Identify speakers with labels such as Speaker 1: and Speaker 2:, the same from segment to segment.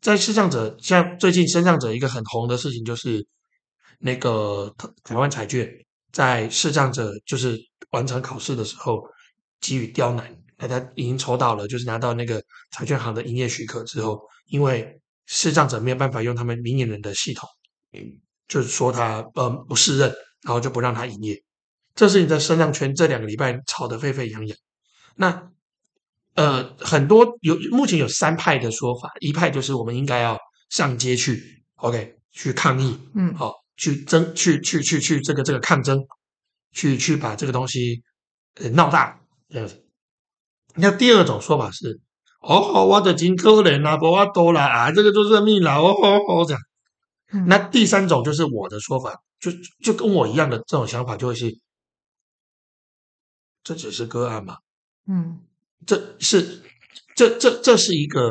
Speaker 1: 在视障者，像最近身障者一个很红的事情，就是那个台台湾彩券在视障者就是完成考试的时候给予刁难，那他已经抽到了，就是拿到那个彩券行的营业许可之后，因为视障者没有办法用他们明眼人的系统，就是说他呃不适任，然后就不让他营业。这事情在声浪圈这两个礼拜吵得沸沸扬扬。那呃，很多有目前有三派的说法，一派就是我们应该要上街去，OK，去抗议，
Speaker 2: 嗯
Speaker 1: 好、去争，去去去去这个这个抗争，去去把这个东西呃闹大这样子。那第二种说法是，哦，我的金可人啊，不我多啦啊，这个就是命啦，哦哦哦这样。
Speaker 2: 嗯
Speaker 1: 那第三种就是我的说法，就就跟我一样的这种想法，就会是，这只是个案嘛，
Speaker 2: 嗯
Speaker 1: 这是这这这是一个，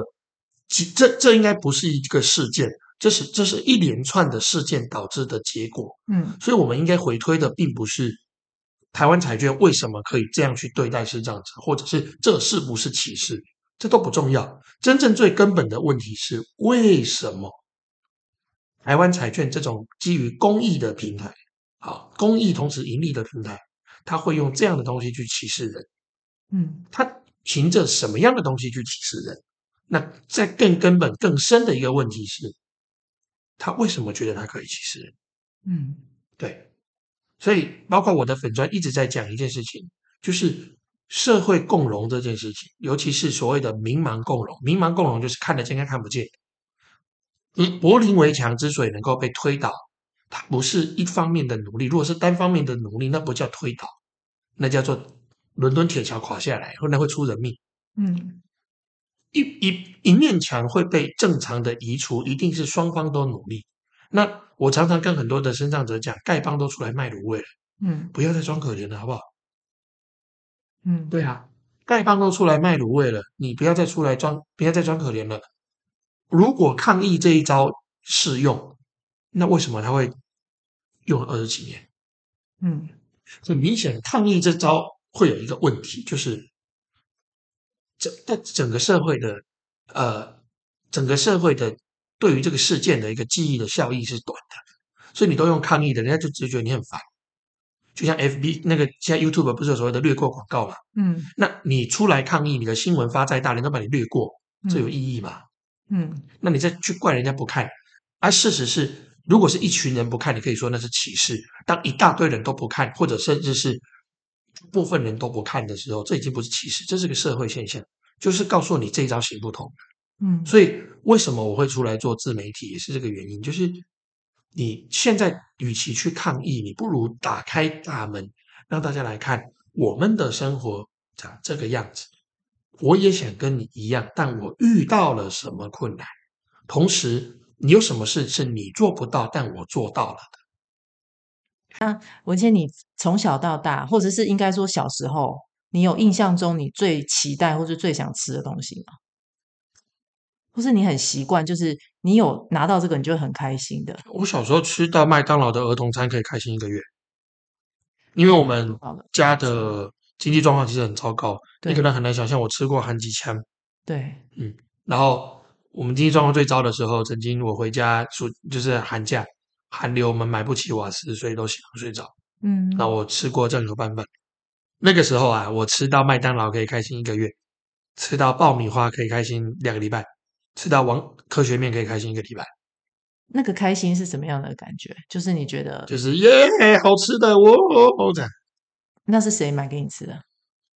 Speaker 1: 其这这应该不是一个事件，这是这是一连串的事件导致的结果，
Speaker 2: 嗯
Speaker 1: 所以我们应该回推的并不是台湾彩券为什么可以这样去对待视障者，或者是这是不是歧视，这都不重要。真正最根本的问题是为什么台湾彩券这种基于公益的平台，好公益同时盈利的平台，它会用这样的东西去歧视人？
Speaker 2: 嗯
Speaker 1: 他凭着什么样的东西去歧视人？那在更根本、更深的一个问题是，他为什么觉得他可以歧视人？
Speaker 2: 嗯
Speaker 1: 对，所以包括我的粉砖一直在讲一件事情，就是社会共融这件事情，尤其是所谓的民盲共融。民盲共融就是看得见跟看不见。嗯，柏林围墙之所以能够被推倒，它不是一方面的努力，如果是单方面的努力，那不叫推倒，那叫做伦敦铁桥垮下来，那会出人命。
Speaker 2: 嗯
Speaker 1: 一一一面墙会被正常的移除，一定是双方都努力。那我常常跟很多的身障者讲，丐帮都出来卖卤味了，
Speaker 2: 嗯
Speaker 1: 不要再装可怜了，好不好？
Speaker 2: 嗯，
Speaker 1: 对啊，丐帮都出来卖卤味了，你不要再出来装，不要再装可怜了。如果抗议这一招适用，那为什么他会用了二十几年？
Speaker 2: 嗯
Speaker 1: 很明显，抗议这招会有一个问题，就是整在整个社会的呃，整个社会的对于这个事件的一个记忆的效益是短的，所以你都用抗议的，人家就直觉得你很烦。就像 FB 那个现在 YouTube 不是有所谓的略过广告嘛？
Speaker 2: 嗯，
Speaker 1: 那你出来抗议，你的新闻发再大，人都把你略过，这有意义吗？
Speaker 2: 嗯
Speaker 1: 那你再去怪人家不看，而事实是，如果是一群人不看，你可以说那是歧视；当一大堆人都不看，或者甚至是部分人都不看的时候，这已经不是歧视，这是个社会现象，就是告诉你这一招行不通。
Speaker 2: 嗯，
Speaker 1: 所以为什么我会出来做自媒体，也是这个原因，就是你现在与其去抗议，你不如打开大门，让大家来看我们的生活长这个样子。我也想跟你一样，但我遇到了什么困难，同时你有什么事是你做不到，但我做到了的。
Speaker 2: 文倩，你从小到大，或者是应该说小时候，你有印象中你最期待或是最想吃的东西吗？或是你很习惯，就是你有拿到这个，你就会很开心的。
Speaker 1: 我小时候吃到麦当劳的儿童餐可以开心一个月，因为我们
Speaker 2: 好了，
Speaker 1: 家的经济状况其实很糟糕，
Speaker 2: 对
Speaker 1: 你可能很难想象我吃过韩吉枪。
Speaker 2: 对，
Speaker 1: 然后我们经济状况最糟的时候，曾经我回家暑就是寒假寒流，我们买不起瓦斯，所以都洗冷水澡。
Speaker 2: 嗯，
Speaker 1: 那我吃过酱油拌饭，那个时候啊，我吃到麦当劳可以开心一个月，吃到爆米花可以开心两个礼拜，吃到王科学面可以开心一个礼拜，
Speaker 2: 那个开心是什么样的感觉？就是你觉得
Speaker 1: 就是耶，好吃的哦哦哦这样。
Speaker 2: 那是谁买给你吃的？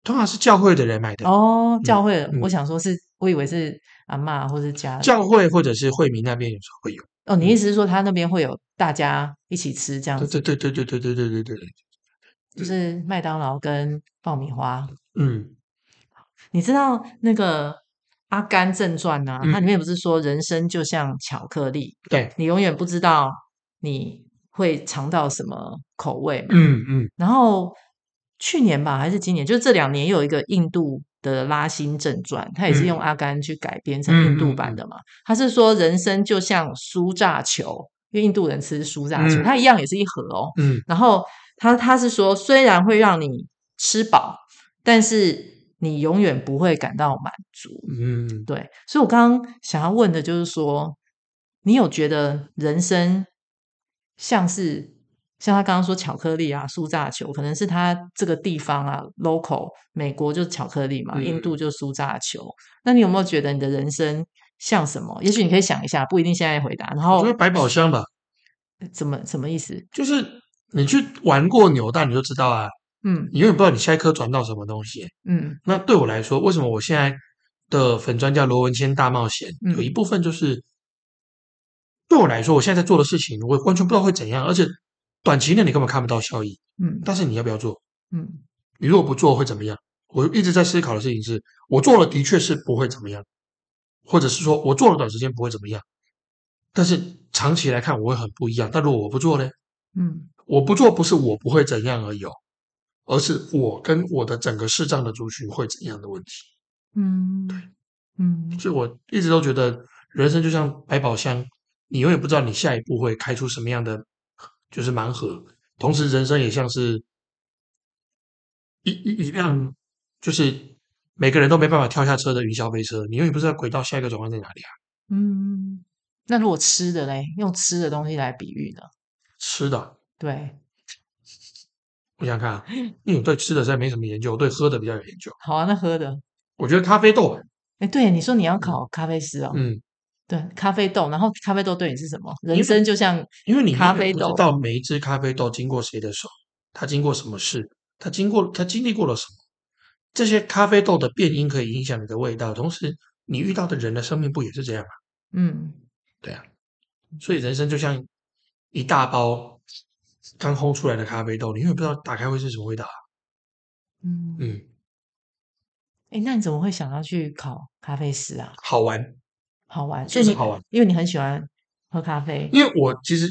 Speaker 1: 通常是教会的人买的，
Speaker 2: 哦，教会的，
Speaker 1: 嗯
Speaker 2: 我想说是，我以为是阿嬷或是家人。
Speaker 1: 教会或者是惠民那边有时候会有。
Speaker 2: 哦，你意思是说他那边会有大家一起吃这样
Speaker 1: 嗯对
Speaker 2: 子，
Speaker 1: 对对对对对对对对对，
Speaker 2: 就是麦当劳跟爆米花。
Speaker 1: 嗯
Speaker 2: 你知道那个《阿甘正传》呢？
Speaker 1: 嗯
Speaker 2: 它里面不是说人生就像巧克力，
Speaker 1: 对，
Speaker 2: 你永远不知道你会尝到什么口味嘛。
Speaker 1: 嗯嗯
Speaker 2: 然后去年吧，还是今年，就是这两年有一个印度的拉辛正传，它也是用
Speaker 1: 嗯
Speaker 2: 阿甘去改编成
Speaker 1: 嗯
Speaker 2: 印度
Speaker 1: 嗯
Speaker 2: 版
Speaker 1: 嗯
Speaker 2: 的嘛。它是说人生就像酥炸球，因为印度人吃酥炸球，
Speaker 1: 嗯
Speaker 2: 它一样也是一盒哦。
Speaker 1: 嗯
Speaker 2: 然后他他是说，虽然会让你吃饱，但是你永远不会感到满足。
Speaker 1: 嗯，
Speaker 2: 对，所以我刚刚想要问的就是说，你有觉得人生像是像他刚刚说巧克力啊、酥炸球，可能是他这个地方啊，local 美国就是巧克力嘛，印
Speaker 1: 嗯
Speaker 2: 度就是酥炸球。那你有没有觉得你的人生像什么？也许你可以想一下，不一定现在回答。然
Speaker 1: 我
Speaker 2: 后
Speaker 1: 觉得百宝箱吧，
Speaker 2: 怎么什么意思？
Speaker 1: 就是你去玩过扭蛋，你就知道啊，
Speaker 2: 嗯
Speaker 1: 你永远不知道你下一颗转到什么东西。
Speaker 2: 嗯
Speaker 1: 那对我来说，为什么我现在的粉专叫罗文谦大冒险？
Speaker 2: 嗯
Speaker 1: 有一部分就是对我来说，我现在在做的事情，我完全不知道会怎样，而且短期内你根本看不到效益。
Speaker 2: 嗯
Speaker 1: 但是你要不要做？
Speaker 2: 嗯
Speaker 1: 你如果不做会怎么样？我一直在思考的事情是，我做了的确是不会怎么样，或者是说我做了短时间不会怎么样，但是长期来看我会很不一样。但如果我不做呢？
Speaker 2: 嗯
Speaker 1: 我不做不是我不会怎样而已哦，而是我跟我的整个视障的族群会怎样的问题。
Speaker 2: 嗯嗯
Speaker 1: 所以我一直都觉得人生就像百宝箱，你永远不知道你下一步会开出什么样的就是盲盒。同时，人生也像是一一一辆，就是每个人都没办法跳下车的云霄飞车，你永远不知道轨道下一个转弯在哪里啊。
Speaker 2: 嗯。那如果吃的嘞，用吃的东西来比喻呢？
Speaker 1: 吃的，
Speaker 2: 对，
Speaker 1: 我想想看、啊，因为我对吃的实在没什么研究，我对喝的比较有研究。
Speaker 2: 好啊，那喝的，
Speaker 1: 我觉得咖啡豆，
Speaker 2: 哎，对，你说你要考咖啡师哦，
Speaker 1: 嗯，
Speaker 2: 对，咖啡豆，然后咖啡豆对你是什么？
Speaker 1: 因为
Speaker 2: 人生就像，
Speaker 1: 因为你永
Speaker 2: 咖
Speaker 1: 远
Speaker 2: 啡
Speaker 1: 不
Speaker 2: 豆
Speaker 1: 知道每一只咖啡豆经过谁的手，它经过什么事，它经过它经历过了什么，这些咖啡豆的变音可以影响你的味道，同时你遇到的人的生命不也是这样吗？
Speaker 2: 嗯
Speaker 1: 对啊，所以人生就像一大包刚烘出来的咖啡豆，你永远不知道打开会是什么味道啊。
Speaker 2: 嗯，
Speaker 1: 嗯，
Speaker 2: 哎，那你怎么会想要去考咖啡师啊？
Speaker 1: 好玩，
Speaker 2: 好玩，
Speaker 1: 就
Speaker 2: 所以
Speaker 1: 是
Speaker 2: 你
Speaker 1: 好玩，
Speaker 2: 因为你很喜欢喝咖啡，
Speaker 1: 因为我其实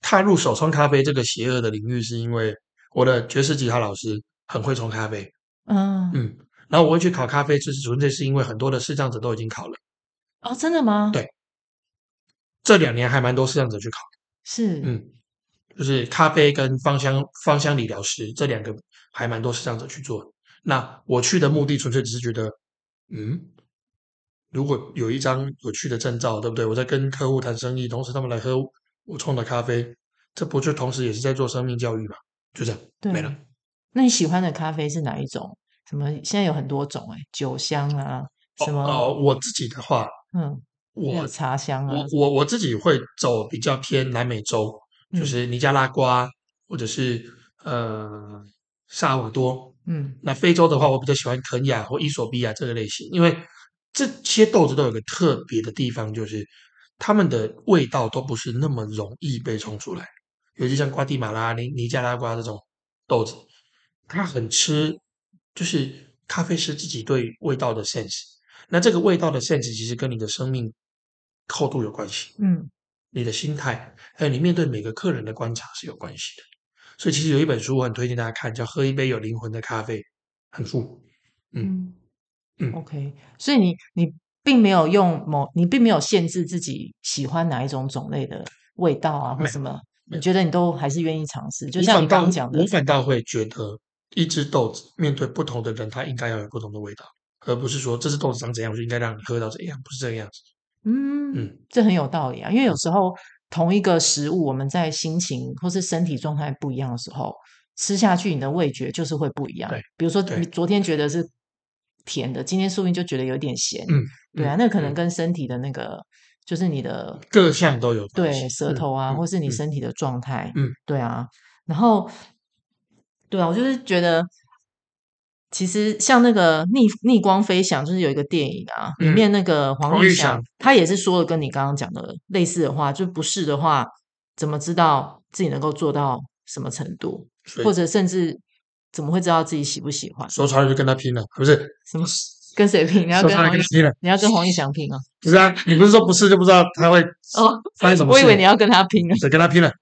Speaker 1: 踏入手冲咖啡这个邪恶的领域，是因为我的爵士吉他老师很会冲咖啡。
Speaker 2: 嗯，
Speaker 1: 嗯，然后我会去考咖啡，就是纯粹是因为很多的视障者都已经考了，
Speaker 2: 哦，真的吗？
Speaker 1: 对这两年还蛮多视障者去考
Speaker 2: 是，
Speaker 1: 的。嗯，就是咖啡跟芳香芳香理疗师这两个还蛮多视障者去做的。那我去的目的纯粹只是觉得，嗯，如果有一张有趣的证照，对不对？我在跟客户谈生意，同时他们来喝我冲的咖啡，这不就同时也是在做生命教育嘛？就这样，
Speaker 2: 对
Speaker 1: 没了。
Speaker 2: 那你喜欢的咖啡是哪一种？什么？现在有很多种，哎，酒香啊，什么，
Speaker 1: 哦，我自己的话，
Speaker 2: 嗯，还
Speaker 1: 我
Speaker 2: 有茶香啊
Speaker 1: 我，我我自己会走比较偏南美洲，就
Speaker 2: 嗯
Speaker 1: 是尼加拉瓜或者是呃萨尔瓦多。
Speaker 2: 嗯
Speaker 1: 那非洲的话，我比较喜欢肯亚或伊索比亚这个类型，因为这些豆子都有个特别的地方，就是它们的味道都不是那么容易被冲出来，尤其像瓜地马拉、尼尼加拉瓜这种豆子，它很吃就是咖啡师自己对味道的 sense。那这个味道的 sense 其实跟你的生命厚度有关系。
Speaker 2: 嗯
Speaker 1: 你的心态，还有你面对每个客人的观察是有关系的。所以其实有一本书我很推荐大家看，叫《喝一杯有灵魂的咖啡》，很酷。嗯
Speaker 2: 嗯
Speaker 1: 嗯
Speaker 2: ，OK，所以你你并没有用某，你并没有限制自己喜欢哪一种种类的味道啊，
Speaker 1: 没
Speaker 2: 或
Speaker 1: 有
Speaker 2: 什么，
Speaker 1: 没
Speaker 2: 你
Speaker 1: 有
Speaker 2: 觉得你都还是愿意尝嗯试，就
Speaker 1: 我
Speaker 2: 像
Speaker 1: 反
Speaker 2: 你
Speaker 1: 倒
Speaker 2: 刚刚讲的
Speaker 1: 我，反倒会觉得，一只豆子面对不同的人，它应该要有不同的味道，而不是说这只豆子长怎样，我就应该让你喝到怎样，不是这个样子。
Speaker 2: 嗯，
Speaker 1: 嗯，
Speaker 2: 这很有道理啊，因为有时候同一个食物，我们在心情或是身体状态不一样的时候，吃下去你的味觉就是会不一样
Speaker 1: 对。
Speaker 2: 比如说
Speaker 1: 对
Speaker 2: 你昨天觉得是甜的，今天说不定就觉得有点咸。
Speaker 1: 嗯
Speaker 2: 对啊，
Speaker 1: 嗯
Speaker 2: 那可能
Speaker 1: 嗯
Speaker 2: 跟身体的那个，就是你的
Speaker 1: 各项都有关系。
Speaker 2: 对舌
Speaker 1: 嗯
Speaker 2: 头啊，
Speaker 1: 嗯
Speaker 2: 或是你
Speaker 1: 嗯
Speaker 2: 身体的状态，
Speaker 1: 嗯，
Speaker 2: 对啊，然后对啊，我就是觉得，其实像那个逆逆光飞翔，就是有一个电影啊，里
Speaker 1: 嗯
Speaker 2: 面那个黄
Speaker 1: 黄
Speaker 2: 玉
Speaker 1: 玉
Speaker 2: 祥
Speaker 1: 祥，
Speaker 2: 他也是说了跟你刚刚讲的类似的话，就不是的话，怎么知道自己能够做到什么程度，
Speaker 1: 所以
Speaker 2: 或者甚至怎么会知道自己喜不喜欢？
Speaker 1: 说穿了就跟他拼了，啊不是？
Speaker 2: 什么跟谁拼？你要
Speaker 1: 说
Speaker 2: 跟
Speaker 1: 穿了
Speaker 2: 黄
Speaker 1: 跟
Speaker 2: 玉
Speaker 1: 他，拼了，
Speaker 2: 你要跟黄玉祥拼啊？
Speaker 1: 不是啊？你不是说不是就不知道他会
Speaker 2: 哦，
Speaker 1: 发生什么
Speaker 2: 我
Speaker 1: 事？
Speaker 2: 以为你要跟他拼啊。
Speaker 1: 对跟他拼了。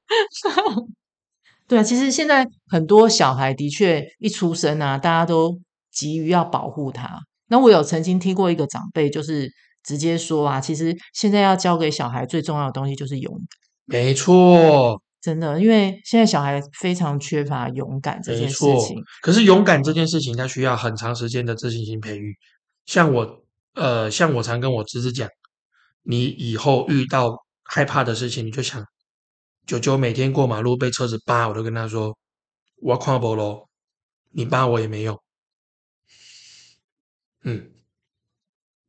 Speaker 2: 对啊，其实现在很多小孩的确一出生啊，大家都急于要保护他。那我有曾经听过一个长辈，就是直接说啊，其实现在要教给小孩最重要的东西就是勇敢，
Speaker 1: 没错，
Speaker 2: 真的，因为现在小孩非常缺乏勇敢这
Speaker 1: 没
Speaker 2: 件事
Speaker 1: 错
Speaker 2: 情。。
Speaker 1: 可是勇敢这件事情，它需要很长时间的自信心培育。像我，呃，像我常跟我侄子讲，你以后遇到害怕的事情，你就想，九九每天过马路被车子扒，我都跟他说，我跨不喽，你扒我也没用。嗯，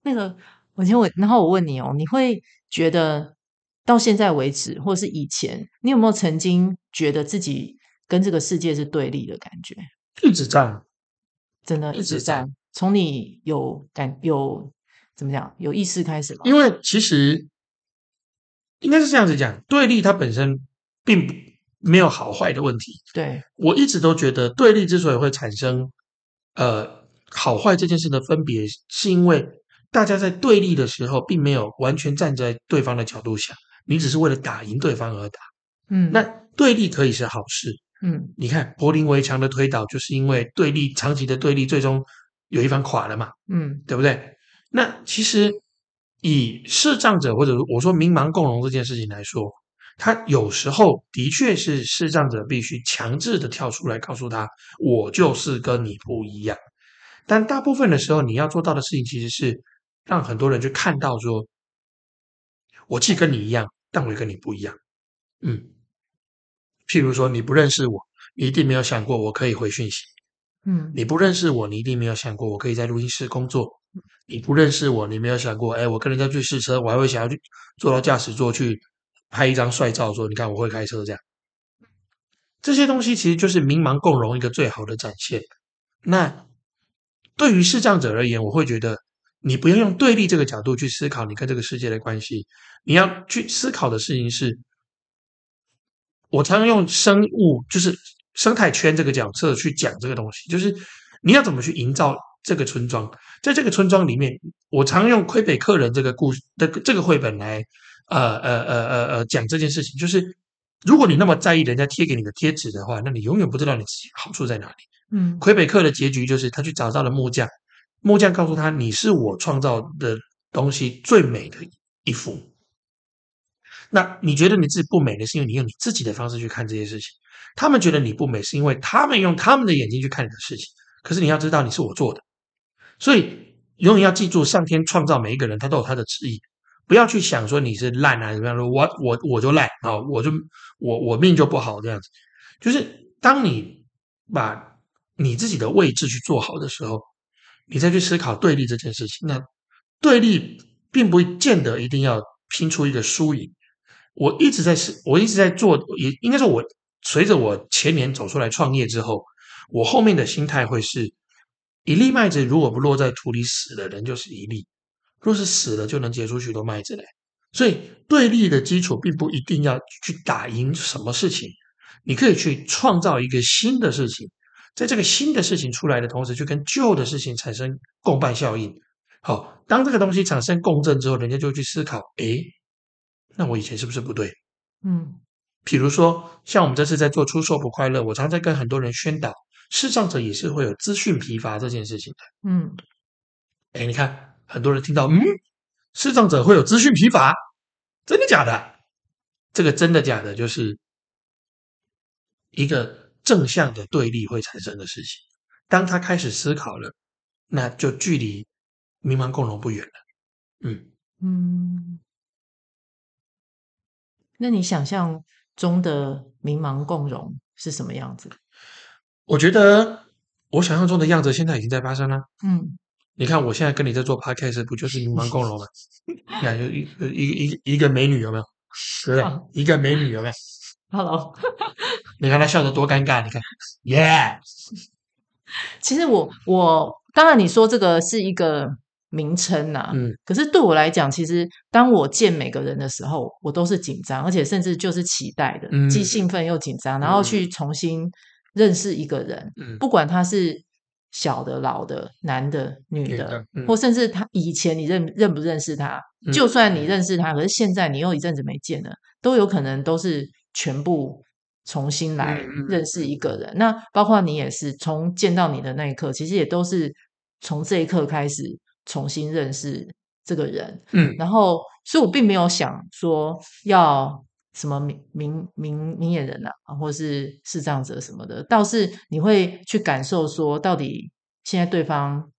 Speaker 2: 那个，我先问，然后我问你哦，你会觉得到现在为止，或是以前，你有没有曾经觉得自己跟这个世界是对立的感觉？
Speaker 1: 一直这样，
Speaker 2: 真的
Speaker 1: 一
Speaker 2: 一直
Speaker 1: 直
Speaker 2: 在
Speaker 1: 在，
Speaker 2: 从你有感有怎么讲有意识开始吗？
Speaker 1: 因为其实应该是这样子讲，对立它本身并不没有好坏的问题，
Speaker 2: 对，
Speaker 1: 我一直都觉得对立之所以会产生呃好坏这件事的分别，是因为大家在对立的时候，并没有完全站在对方的角度想，你只是为了打赢对方而打。
Speaker 2: 嗯，
Speaker 1: 那对立可以是好事，
Speaker 2: 嗯
Speaker 1: 你看柏林围墙的推倒，就是因为对立长期的对立，最终有一方垮了嘛，
Speaker 2: 嗯
Speaker 1: 对不对？那其实以视障者或者我说民盲共荣这件事情来说，他有时候的确是视障者必须强制的跳出来告诉他，我就是跟你不一样。但大部分的时候，你要做到的事情其实是让很多人去看到说，我既跟你一样，但我也跟你不一样。嗯，譬如说你不认识我，你一定没有想过我可以回讯息。
Speaker 2: 嗯，
Speaker 1: 你不认识我，你一定没有想过我可以在录音室工作。你不认识我，你没有想过，哎，我跟人家去试车，我还会想要去坐到驾驶座去拍一张帅照，说你看我会开车这样。这些东西其实就是民盲共荣一个最好的展现。那对于视障者而言，我会觉得你不要用对立这个角度去思考你跟这个世界的关系，你要去思考的事情是，我常常用生物就是生态圈这个角色去讲这个东西，就是你要怎么去营造这个村庄，在这个村庄里面，我常用《魁北克人》这个故事的这个绘本来呃呃呃呃呃讲这件事情，就是如果你那么在意人家贴给你的贴纸的话，那你永远不知道你自己好处在哪里。
Speaker 2: 嗯
Speaker 1: 魁北克的结局就是他去找到了木匠，木匠告诉他：“你是我创造的东西最美的一幅。”那你觉得你自己不美的是因为你用你自己的方式去看这些事情，他们觉得你不美是因为他们用他们的眼睛去看你的事情。可是你要知道，你是我做的，所以永远要记住，上天创造每一个人，他都有他的旨意。不要去想说你是烂啊怎么样，说我我我就烂啊，我就我我命就不好这样子。就是当你把你自己的位置去做好的时候，你再去思考对立这件事情。那对立并不见得一定要拼出一个输赢。我一直在是，我一直在做，也应该说我随着我前年走出来创业之后，我后面的心态会是：一粒麦子如果不落在土里死了，人就是一粒；若是死了，就能结出许多麦子来。所以对立的基础并不一定要去打赢什么事情，你可以去创造一个新的事情，在这个新的事情出来的同时，去跟旧的事情产生共伴效应。好，当这个东西产生共振之后，人家就会去思考：诶，那我以前是不是不对？
Speaker 2: 嗯
Speaker 1: 比如说，像我们这次在做出售不快乐，我常在跟很多人宣导，视障者也是会有资讯疲乏这件事情的。
Speaker 2: 嗯，
Speaker 1: 哎，你看，很多人听到，嗯，视障者会有资讯疲乏，真的假的？这个真的假的，就是一个正向的对立会产生的事情。当他开始思考了，那就距离民盲共荣不远了。嗯，
Speaker 2: 嗯，那你想象中的民盲共荣是什么样子？
Speaker 1: 我觉得我想象中的样子现在已经在发生了。
Speaker 2: 嗯，
Speaker 1: 你看我现在跟你在做 podcast，不就是民盲共荣吗？ 你看，就一一一一一个美女有没有？对不
Speaker 2: 啊
Speaker 1: 对？一个美女有没有？
Speaker 2: Hello，
Speaker 1: 你看她笑得多尴尬，你看，耶、
Speaker 2: 其实我我当然你说这个是一个名称啊呐、
Speaker 1: 嗯，
Speaker 2: 可是对我来讲，其实当我见每个人的时候，我都是紧张，而且甚至就是期待的，
Speaker 1: 嗯
Speaker 2: 既兴奋又紧张，然后去重新认识一个人，
Speaker 1: 嗯
Speaker 2: 不管他是小的、老的、男的、女
Speaker 1: 女
Speaker 2: 的，
Speaker 1: 的嗯
Speaker 2: 或甚至他以前你认认不认识他，
Speaker 1: 嗯
Speaker 2: 就算你认识他，可是现在你又一阵子没见了，都有可能都是全部重新来
Speaker 1: 嗯嗯
Speaker 2: 认识一个人。那包括你也是，从见到你的那一刻，其实也都是从这一刻开始重新认识这个人。
Speaker 1: 嗯
Speaker 2: 然后，所以我并没有想说要什么明明明明眼人啊，啊或是视障者什么的，倒是你会去感受说，到底现在对方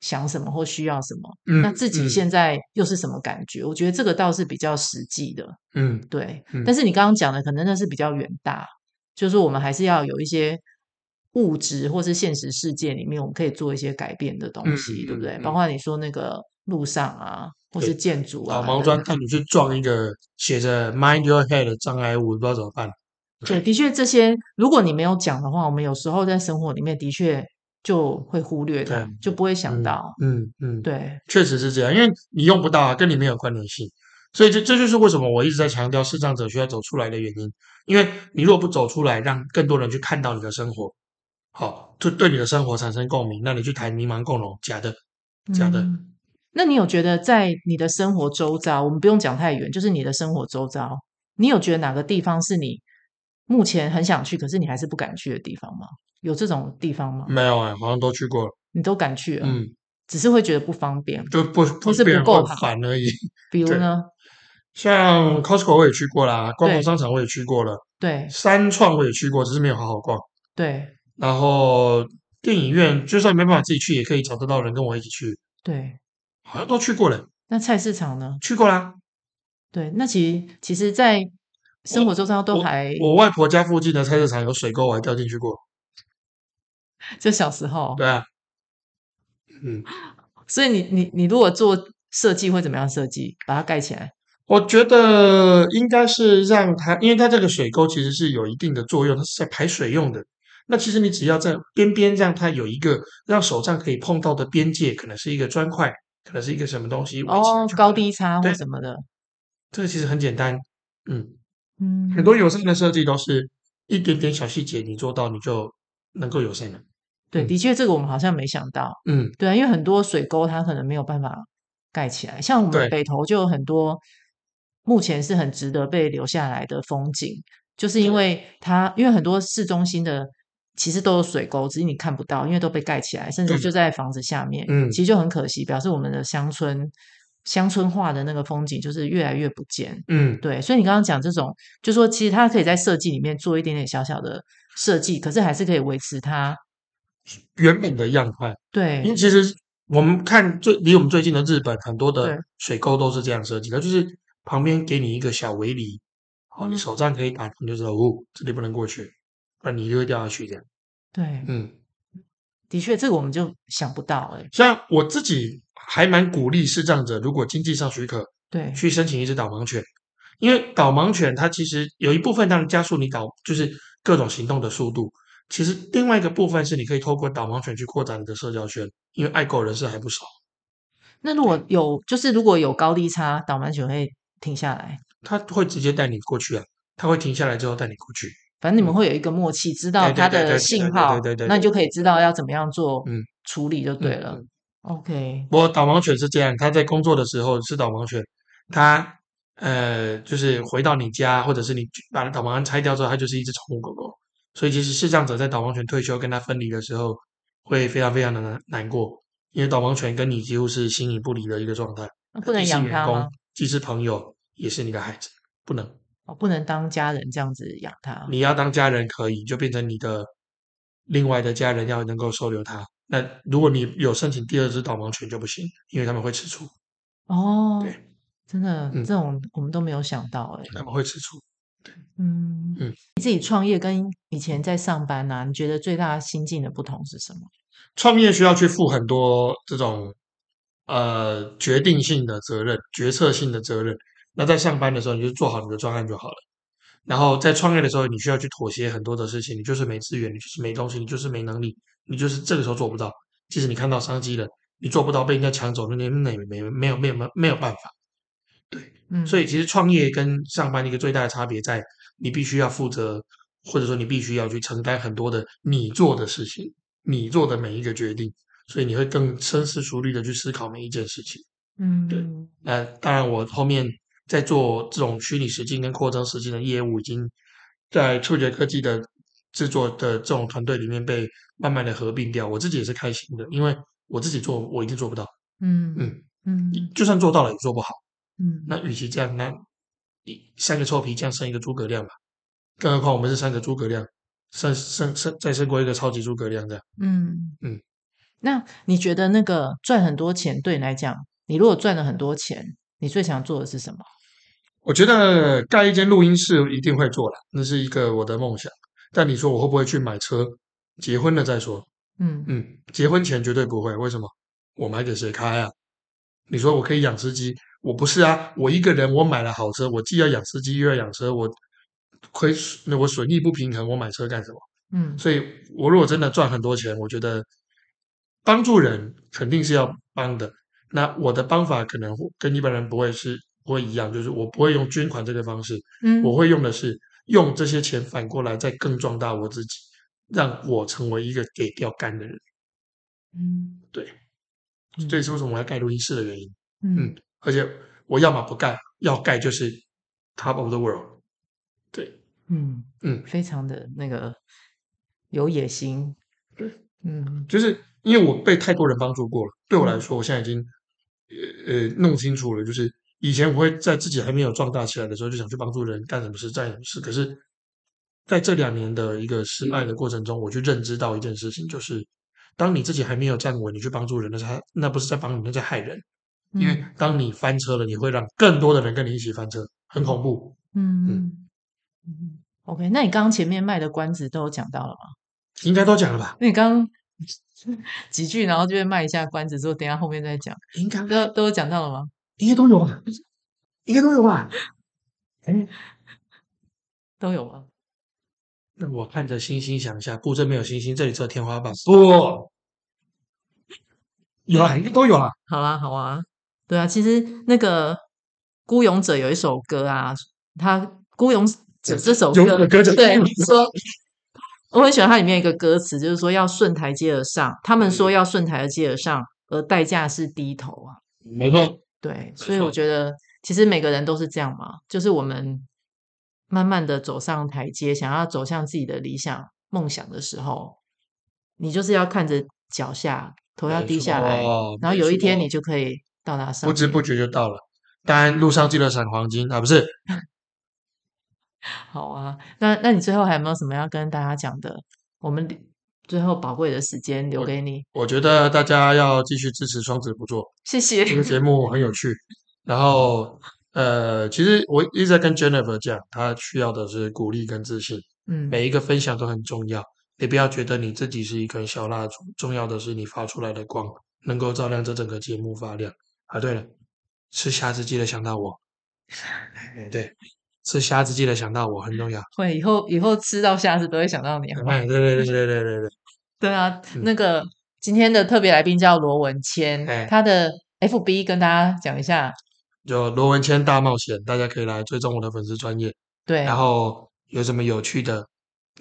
Speaker 2: 想什么或需要什么，
Speaker 1: 嗯
Speaker 2: 那自己
Speaker 1: 嗯
Speaker 2: 现在又是什么感觉？我觉得这个倒是比较实际的。
Speaker 1: 嗯
Speaker 2: 对，
Speaker 1: 嗯
Speaker 2: 但是你刚刚讲的可能那是比较远大，就是说我们还是要有一些物质或是现实世界里面，我们可以做一些改变的东
Speaker 1: 嗯
Speaker 2: 西，对不
Speaker 1: 嗯
Speaker 2: 对？
Speaker 1: 嗯
Speaker 2: 包括你说那个路上啊，或是
Speaker 1: 对
Speaker 2: 建筑啊
Speaker 1: 老
Speaker 2: 等等，
Speaker 1: 毛砖看你去撞一个写着 “Mind Your Head” 的障碍物，不知道怎么办。
Speaker 2: 对，的确这些，如果你没有讲的话，我们有时候在生活里面的确就会忽略它
Speaker 1: 对，
Speaker 2: 就不会想
Speaker 1: 嗯
Speaker 2: 到。
Speaker 1: 嗯嗯，
Speaker 2: 对，
Speaker 1: 确实是这样，因为你用不到啊，跟你没有关联性，所以这这就是为什么我一直在强调视障者需要走出来的原因。因为你如果不走出来，让更多人去看到你的生活，好，就对你的生活产生共鸣，那你去谈迷茫共荣，假的，假的。
Speaker 2: 嗯那你有觉得在你的生活周遭，我们不用讲太远，就是你的生活周遭，你有觉得哪个地方是你目前很想去，可是你还是不敢去的地方吗？有这种地方吗？
Speaker 1: 没有啊、好像都去过了，
Speaker 2: 你都敢去了，
Speaker 1: 嗯，
Speaker 2: 只是会觉得不方便。
Speaker 1: 就不
Speaker 2: 啊不是
Speaker 1: 别人
Speaker 2: 不够啊
Speaker 1: 会
Speaker 2: 好
Speaker 1: 烦而已。
Speaker 2: 比如
Speaker 1: 对
Speaker 2: 呢，
Speaker 1: 像 Costco 我也去过啦，光
Speaker 2: 对
Speaker 1: 华商场我也去过了，
Speaker 2: 对
Speaker 1: 三创我也去过，只是没有好好逛。
Speaker 2: 对
Speaker 1: 然后电影院就算没办法自己去，也可以找得到人跟我一起去，
Speaker 2: 对，
Speaker 1: 好像都去过了，
Speaker 2: 那菜市场呢？
Speaker 1: 去过啦。
Speaker 2: 对，那其实其实，在生活周遭都还
Speaker 1: 我外婆家附近的菜市场有水沟，我还掉进去过。
Speaker 2: 就小时候，
Speaker 1: 对啊，嗯，
Speaker 2: 所以你你你如果做设计会怎么样设计？把它盖起来，
Speaker 1: 我觉得应该是让它，因为它这个水沟其实是有一定的作用，它是在排水用的。那其实你只要在边边让它有一个让手杖可以碰到的边界，可能是一个砖块，可能是一个什么东西围起来
Speaker 2: 哦
Speaker 1: 嗯就，好
Speaker 2: 高
Speaker 1: 了，
Speaker 2: 低差或
Speaker 1: 对
Speaker 2: 什么的，
Speaker 1: 这个其实很简单。嗯，
Speaker 2: 嗯，
Speaker 1: 很多友善的设计都是一点点小细节，你做到你就能够友善了。
Speaker 2: 对，
Speaker 1: 嗯
Speaker 2: 的确这个我们好像没想到，
Speaker 1: 嗯，
Speaker 2: 对啊，因为很多水沟它可能没有办法盖起来，像我们
Speaker 1: 对
Speaker 2: 北投就有很多目前是很值得被留下来的风景，就是因
Speaker 1: 对
Speaker 2: 为它因为很多市中心的。其实都有水沟，只是你看不到，因为都被盖起来，甚至
Speaker 1: 对
Speaker 2: 就在房子下面。
Speaker 1: 嗯
Speaker 2: 其实就很可惜，表示我们的乡村乡村化的那个风景就是越来越不见。
Speaker 1: 嗯，
Speaker 2: 对，所以你刚刚讲这种，就说其实它可以在设计里面做一点点小小的设计，可是还是可以维持它。
Speaker 1: 原本的样态。因
Speaker 2: 对
Speaker 1: 为其实我们看最离我们最近的日本，很多
Speaker 2: 对
Speaker 1: 的水沟都是这样设计的，就是旁边给你一个小围篱，好，你手杖可以打，你就知道哦，这里不能过去，不然你就会掉下去这样。
Speaker 2: 对，
Speaker 1: 嗯，
Speaker 2: 的确这个我们就想不到哎、欸。
Speaker 1: 像我自己还蛮鼓励视障者，如果经济上许可，
Speaker 2: 对
Speaker 1: 去申请一只导盲犬，因为导盲犬它其实有一部分当然加速你导，就是各种行动的速度。其实另外一个部分是你可以透过导盲犬去扩展你的社交圈，因为爱狗人士还不少。
Speaker 2: 那如果有就是如果有高低差，导盲犬会停下来。
Speaker 1: 他会直接带你过去啊，他会停下来之后带你过去。
Speaker 2: 反正你们会有一个默契，知道
Speaker 1: 嗯对对
Speaker 2: 它
Speaker 1: 对对
Speaker 2: 的
Speaker 1: 对
Speaker 2: 信
Speaker 1: 对对
Speaker 2: 号
Speaker 1: 对，对
Speaker 2: 那你
Speaker 1: 对
Speaker 2: 就可以知道要怎么样做
Speaker 1: 嗯
Speaker 2: 处理就对了。
Speaker 1: 嗯
Speaker 2: OK，
Speaker 1: 我导盲犬是这样，它在工作的时候是导盲犬，它呃就是回到你家，或者是你把导盲犬拆掉之后，它就是一只宠物狗狗。所以其实视障者在导盲犬退休跟它分离的时候，会非常非常的难难过，因为导盲犬跟你几乎是形影不离的一个状态，
Speaker 2: 那
Speaker 1: 既
Speaker 2: 不能
Speaker 1: 是
Speaker 2: 养
Speaker 1: 员
Speaker 2: 它吗
Speaker 1: 工，？既是朋友，也是你的孩子，不能。
Speaker 2: 哦，不能当家人这样子养它。
Speaker 1: 你要当家人可以，就变成你的另外的家人要能够收留它。那如果你有申请第二只导盲犬就不行，因为他们会吃醋，
Speaker 2: 哦
Speaker 1: 对，
Speaker 2: 真的、
Speaker 1: 嗯
Speaker 2: 这种我们都没有想到哎、
Speaker 1: 他们会吃醋。
Speaker 2: 嗯
Speaker 1: 嗯，
Speaker 2: 你自己创业跟以前在上班啊，你觉得最大心境的不同是什么？
Speaker 1: 创业需要去负很多这种呃决定性的责任、决策性的责任。那在上班的时候，你就做好你的专案就好了。然后在创业的时候，你需要去妥协很多的事情，你就是没资源，你就是没东西，你就是没能力，你就是这个时候做不到。即使你看到商机了，你做不到，被人家抢走，那那也没没有没有没有没有办法。
Speaker 2: 嗯，
Speaker 1: 所以其实创业跟上班一个最大的差别在，你必须要负责，或者说你必须要去承担很多的你做的事情，你做的每一个决定，所以你会更深思熟虑的去思考每一件事情。
Speaker 2: 嗯，
Speaker 1: 对那当然，我后面在做这种虚拟实境跟扩张实境的业务，已经在触觉科技的制作的这种团队里面被慢慢的合并掉。我自己也是开心的，因为我自己做我一定做不到，
Speaker 2: 嗯
Speaker 1: 嗯
Speaker 2: 嗯嗯
Speaker 1: 就算做到了也做不好。
Speaker 2: 嗯，
Speaker 1: 那与其这样，那一三个臭皮匠胜一个诸葛亮吧。更何况我们是三个诸葛亮，胜胜胜再胜过一个超级诸葛亮这样。
Speaker 2: 嗯
Speaker 1: 嗯。
Speaker 2: 那你觉得那个赚很多钱对你来讲，你如果赚了很多钱，你最想做的是什么？
Speaker 1: 我觉得盖一间录音室一定会做了，那是一个我的梦想。但你说我会不会去买车？结婚了再说。
Speaker 2: 嗯
Speaker 1: 嗯，结婚前绝对不会。为什么？我买给谁开啊？你说我可以养司机，我不是啊。我一个人，我买了好车，我既要养司机又要养车，我亏那我损益不平衡，我买车干什么？
Speaker 2: 嗯
Speaker 1: 所以，我如果真的赚很多钱，我觉得帮助人肯定是要帮的。那我的帮法可能跟一般人不会是不会一样，就是我不会用捐款这个方式，
Speaker 2: 嗯，
Speaker 1: 我会用的是用这些钱反过来再更壮大我自己，让我成为一个给钓竿的人。
Speaker 2: 嗯
Speaker 1: 对，
Speaker 2: 嗯
Speaker 1: 这也是为什么我要盖录音室的原因。
Speaker 2: 嗯
Speaker 1: 而且我要么不盖，要盖就是 top of the world。对，
Speaker 2: 嗯
Speaker 1: 嗯，
Speaker 2: 非常的那个有野心。
Speaker 1: 对，
Speaker 2: 嗯
Speaker 1: 就是因为我被太多人帮助过了，对我来说，我现在已经呃呃弄清楚了，就是以前我会在自己还没有壮大起来的时候，就想去帮助人干什么事、干什么事。可是在这两年的一个失败的过程中，我去认知到一件事情，就是当你自己还没有站稳，你去帮助人，那是他那不是在帮你，那在害人。因为
Speaker 2: 嗯
Speaker 1: 当你翻车了，你会让更多的人跟你一起翻车，很恐怖。
Speaker 2: 嗯嗯嗯，OK，那你刚刚前面卖的关子都有讲到了吗？
Speaker 1: 应该都讲了吧？
Speaker 2: 那你刚 刚几句，然后就会卖一下关子，说等一下后面再讲，
Speaker 1: 应该
Speaker 2: 都都有讲到了吗？
Speaker 1: 应该都有吧？应该都有吧？哎，
Speaker 2: 都有吗？
Speaker 1: 那我看着星星想一下，布这没有星星，这里只有天花板。不，有啊，应该都有啊。
Speaker 2: 好啊，好啊，对啊，其实那个《孤勇者》有一首歌啊，他《孤勇者》这首歌，
Speaker 1: 勇者歌者
Speaker 2: 对 说，我很喜欢它里面一个歌词，就是说要顺台阶而上，他们说要顺台阶而上，而代价是低头啊。
Speaker 1: 没错，
Speaker 2: 对，所以
Speaker 1: 错
Speaker 2: 我觉得其实每个人都是这样嘛，就是我们慢慢的走上台阶，想要走向自己的理想梦想的时候，你就是要看着脚下，头要低下来，
Speaker 1: 哦、
Speaker 2: 然后有一天你
Speaker 1: 就
Speaker 2: 就可以到达上
Speaker 1: 不知
Speaker 2: 面
Speaker 1: 不觉就到了。当然，路上记得闪黄金啊，不是？
Speaker 2: 好啊。那那你最后还有没有什么要跟大家讲的？我们留最后宝贵的时间留
Speaker 1: 我
Speaker 2: 给你，
Speaker 1: 我觉得大家要继续支持双子不做
Speaker 2: 谢谢。
Speaker 1: 这个节目很有趣。然后，呃，其实我一直在跟 Jennifer 讲，她需要的是鼓励跟自信。
Speaker 2: 嗯，
Speaker 1: 每一个分享都很重要。你不要觉得你自己是一根小蜡烛，重要的是你发出来的光能够照亮这整个节目发亮。啊，对了，吃虾子记得想到我。哎对，吃虾子记得想到我很重要。
Speaker 2: 会以后以后吃到下次都会想到你，哦好不好
Speaker 1: 哎，对对对对对对对，
Speaker 2: 对啊，
Speaker 1: 嗯
Speaker 2: 那个今天的特别来宾叫罗文谦，
Speaker 1: 哎
Speaker 2: 他的 FB 跟大家讲一下，
Speaker 1: 就罗文谦大冒险，大家可以来追踪我的粉丝专业。
Speaker 2: 对，
Speaker 1: 然后有什么有趣的，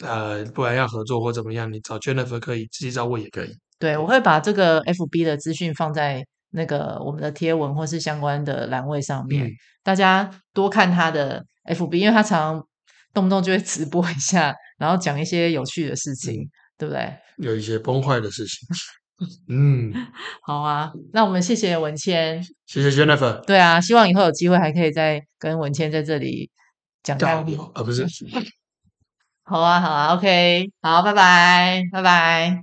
Speaker 1: 呃，不然要合作或怎么样，你找 Jennifer 可以，自己找我也可以。
Speaker 2: 对我会把这个 FB 的资讯放在那个我们的贴文或是相关的栏位上面，
Speaker 1: 嗯
Speaker 2: 大家多看他的 FB，因为他常动不动就会直播一下，然后讲一些有趣的事情，
Speaker 1: 嗯
Speaker 2: 对不对？
Speaker 1: 有一些崩坏的事情。 嗯，
Speaker 2: 好啊，那我们谢谢文谦，
Speaker 1: 谢谢 Jennifer。
Speaker 2: 对啊，希望以后有机会还可以再跟文谦在这里讲
Speaker 1: 导
Speaker 2: 下
Speaker 1: 流啊，不是。
Speaker 2: 好啊，好啊，OK，好，拜拜，拜拜。